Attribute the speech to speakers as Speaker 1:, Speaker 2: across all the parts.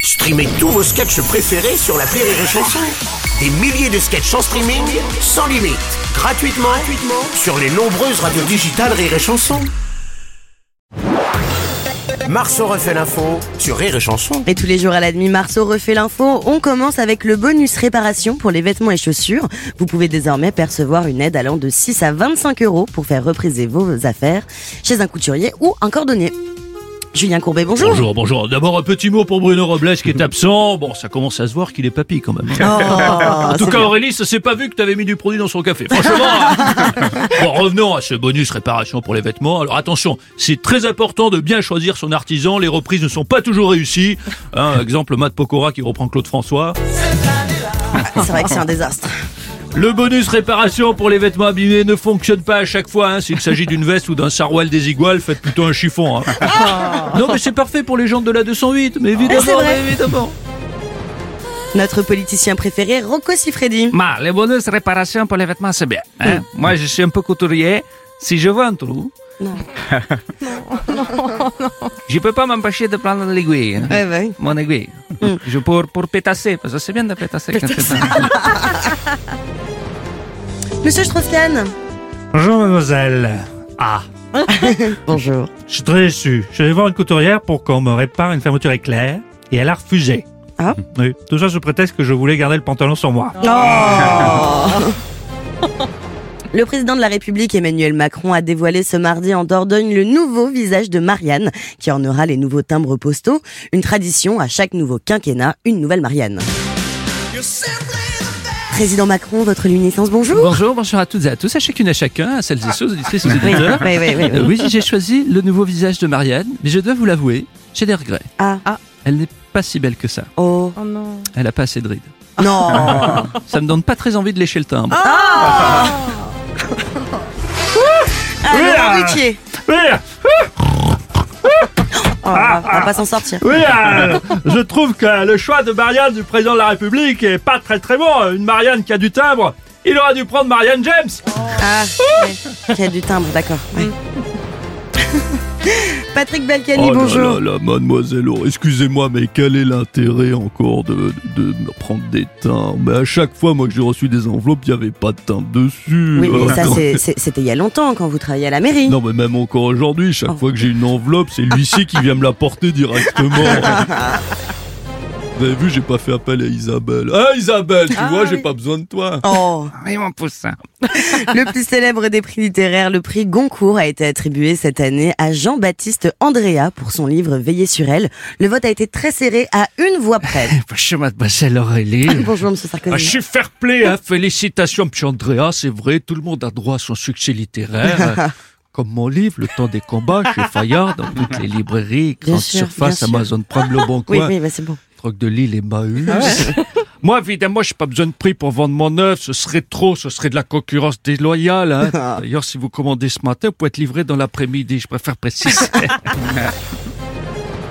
Speaker 1: Streamez tous vos sketchs préférés sur la Rire et Chanson. Des milliers de sketchs en streaming, sans limite, gratuitement, gratuitement sur les nombreuses radios digitales Rire et Chanson. Marceau refait l'info sur Rire et Chanson.
Speaker 2: Et tous les jours à la demi-marceau refait l'info. On commence avec le bonus réparation pour les vêtements et chaussures. Vous pouvez désormais percevoir une aide allant de 6 à 25 euros pour faire repriser vos affaires chez un couturier ou un cordonnier. Julien Courbet, bonjour.
Speaker 3: Bonjour, bonjour. D'abord un petit mot pour Bruno Robles qui est absent. Bon, ça commence à se voir qu'il est papy quand même.
Speaker 2: Oh,
Speaker 3: En tout cas, Aurélie, ça s'est pas vu que t'avais mis du produit dans son café. Franchement. hein. bon, revenons à ce bonus réparation pour les vêtements. Alors attention, c'est très important de bien choisir son artisan. Les reprises ne sont pas toujours réussies. Hein, exemple, Matt Pokora qui reprend Claude François.
Speaker 2: c'est vrai que c'est un désastre.
Speaker 3: Le bonus réparation pour les vêtements abîmés ne fonctionne pas à chaque fois. hein. S'il s'agit d'une veste ou d'un sarouel désigual, faites plutôt un chiffon. hein. Non, mais c'est parfait pour les gens de la 208. Mais
Speaker 2: Ah. C'est
Speaker 3: évidemment,
Speaker 2: vrai.
Speaker 3: mais évidemment.
Speaker 2: Notre politicien préféré, Rocco Siffredi.
Speaker 4: Ma, les bonus réparation pour les vêtements, c'est bien. hein. Moi, je suis un peu couturier. Si je vois un trou, je peux pas m'empêcher de prendre l'aiguille. hein.
Speaker 2: Ouais, ouais.
Speaker 4: Mon aiguille.
Speaker 2: Mm.
Speaker 4: Je pour, pour pétasser, parce que c'est bien de pétasser. quand c'est
Speaker 2: Monsieur Strauss-Kahn.
Speaker 5: Bonjour mademoiselle. Ah,
Speaker 2: Bonjour.
Speaker 5: je suis très déçu. Je vais voir une couturière pour qu'on me répare une fermeture éclair et elle a refusé.
Speaker 2: Ah.
Speaker 5: Oui, tout ça sous prétexte que je voulais garder le pantalon sur moi.
Speaker 2: Le président de la République Emmanuel Macron a dévoilé ce mardi en Dordogne le nouveau visage de Marianne, qui ornera les nouveaux timbres postaux. Une tradition, à chaque nouveau quinquennat, une nouvelle Marianne. Président Macron, votre luminescence, bonjour.
Speaker 4: Bonjour, bonjour à toutes et à tous, à chacune et à chacun, à celles et ceux, aux auditrices et aux
Speaker 2: Oui,
Speaker 4: auditeurs.
Speaker 2: oui, oui, oui, oui.
Speaker 4: Euh, oui, j'ai choisi le nouveau visage de Marianne, mais je dois vous l'avouer, j'ai des regrets.
Speaker 2: Ah,
Speaker 4: Elle n'est pas si belle que ça.
Speaker 2: oh,
Speaker 4: Elle a pas assez de rides.
Speaker 2: non.
Speaker 4: Ça me donne pas très envie de lécher le timbre.
Speaker 2: Ah, Laurent Ruquier.
Speaker 5: Oui,
Speaker 2: Oh, on
Speaker 3: Ah.
Speaker 2: va- on va pas s'en sortir.
Speaker 5: oui, euh, je trouve que le choix de Marianne du président de la République est pas très très bon. Une Marianne qui a du timbre, il aurait dû prendre Marianne James.
Speaker 2: Ah, Mm. ouais. qui a du timbre, d'accord. ouais. Patrick Balkany,
Speaker 3: oh
Speaker 2: bonjour.
Speaker 3: là là là, mademoiselle, Aure, excusez-moi, mais quel est l'intérêt encore de, de me prendre des timbres Mais à chaque fois, moi, que j'ai reçu des enveloppes, il n'y avait pas de timbre dessus.
Speaker 2: Oui, mais
Speaker 3: Euh,
Speaker 2: ça,
Speaker 3: non.
Speaker 2: c'est- c'est- c'était il y a longtemps quand vous travailliez à la mairie.
Speaker 3: Non, mais même encore aujourd'hui, chaque
Speaker 2: Oh.
Speaker 3: fois que j'ai une enveloppe, c'est l'huissier qui vient me la porter directement. Vous avez vu, j'ai pas fait appel à Isabelle. Ah, Isabelle, tu vois, j'ai pas besoin de toi.
Speaker 2: Oh.
Speaker 4: Oui, mon poussin.
Speaker 2: Le plus célèbre des prix littéraires, le prix Goncourt, a été attribué cette année à Jean-Baptiste Andrea pour son livre Veillez sur elle. Le vote a été très serré à une voix près.
Speaker 4: Bonjour, Eh, mademoiselle Aurélie.
Speaker 2: Bonjour, monsieur
Speaker 3: Ah,
Speaker 2: Sarkozy.
Speaker 3: je suis fair play, hein. félicitations, petit Andrea, c'est vrai, tout le monde a droit à son succès littéraire. Euh, Comme mon livre, Le temps des combats, chez Fayard, dans toutes les librairies,
Speaker 2: Bien
Speaker 3: grandes
Speaker 2: sûr,
Speaker 3: surfaces,
Speaker 2: bien sûr.
Speaker 3: Amazon Prime, Le Bon
Speaker 2: Oui,
Speaker 3: Coin,
Speaker 2: oui, Ah bah, c'est bon.
Speaker 3: Troc de Lille et Maüs. Moi, évidemment, j'ai pas besoin de prix pour vendre mon œuvre, ce serait trop, ce serait de la concurrence déloyale. hein. D'ailleurs, si vous commandez ce matin, vous pouvez être livré dans l'après-midi, je préfère préciser.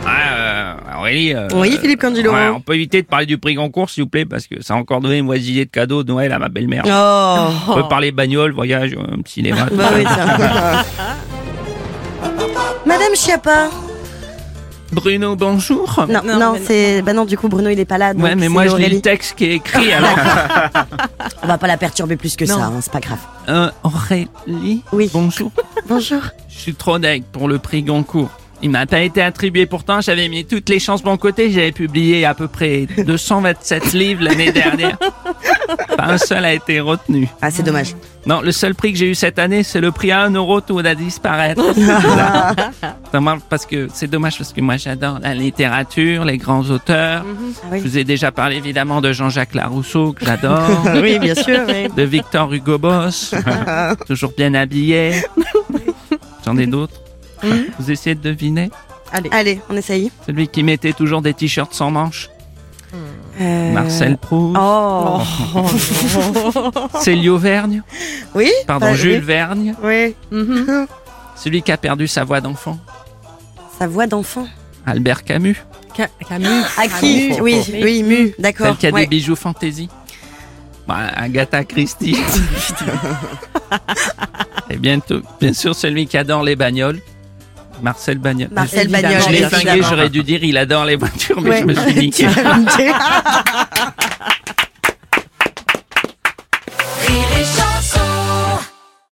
Speaker 4: Ah, euh, Aurélie. euh,
Speaker 2: Oui, Philippe Candeloro.
Speaker 4: ouais, on peut éviter de parler du prix Goncourt, s'il vous plaît, parce que ça a encore donné une mauvaise idée de cadeau de Noël à ma belle-mère.
Speaker 2: Oh.
Speaker 4: On peut parler bagnole, voyage, euh, cinéma. tout
Speaker 2: Bah
Speaker 4: ça.
Speaker 2: oui, tiens. Madame Chiappa.
Speaker 4: Bruno, bonjour.
Speaker 2: Non, non, c'est. Bah non, du coup, Bruno, il est pas là. donc
Speaker 4: ouais, mais
Speaker 2: c'est
Speaker 4: moi je lis
Speaker 2: Aurélie.
Speaker 4: le texte qui est écrit. Alors,
Speaker 2: On va pas la perturber plus que ça, hein, c'est pas grave.
Speaker 4: Euh, Aurélie,
Speaker 2: Oui.
Speaker 4: bonjour.
Speaker 2: Bonjour.
Speaker 4: Je suis trop deg pour le prix Goncourt. Il m'a pas été attribué pourtant, j'avais mis toutes les chances de mon côté, j'avais publié à peu près 227 livres l'année dernière. Pas un seul a été retenu.
Speaker 2: Ah, c'est dommage.
Speaker 4: Non, le seul prix que j'ai eu cette année, c'est le prix à 1 euro, tout va disparaître. C'est bizarre. Dommage parce que c'est dommage parce que moi j'adore la littérature, les grands auteurs.
Speaker 2: Ah
Speaker 4: Je
Speaker 2: oui.
Speaker 4: vous ai déjà parlé évidemment de Jean-Jacques Larousseau que j'adore,
Speaker 2: oui, bien sûr, oui.
Speaker 4: de Victor Hugo Boss, toujours bien habillé. J'en ai d'autres. Vous essayez de deviner
Speaker 2: Allez, on essaye.
Speaker 4: celui qui mettait toujours des t-shirts sans manches,
Speaker 2: Euh,
Speaker 4: Marcel Proust,
Speaker 2: Oh.
Speaker 4: Célio Vergne,
Speaker 2: Oui
Speaker 4: pardon
Speaker 2: bah,
Speaker 4: Jules Vergne,
Speaker 2: Oui.
Speaker 4: celui qui a perdu sa voix d'enfant,
Speaker 2: Sa voix d'enfant.
Speaker 4: Albert Camus.
Speaker 2: À qui
Speaker 6: Mu.
Speaker 2: Oui, oui, mu,
Speaker 4: Celle
Speaker 2: d'accord.
Speaker 4: qui a
Speaker 2: ouais.
Speaker 4: des bijoux fantaisie. Bah, Agatha Christie. Et bientôt, bien sûr, celui qui adore les bagnoles. Marcel Bagnol.
Speaker 2: Marcel
Speaker 4: Je
Speaker 2: Bagnol,
Speaker 4: l'ai
Speaker 2: évidemment.
Speaker 4: flingué, j'aurais dû dire il adore les voitures, mais
Speaker 2: Ouais.
Speaker 4: je me suis niqué.
Speaker 2: Tu m'as niqué.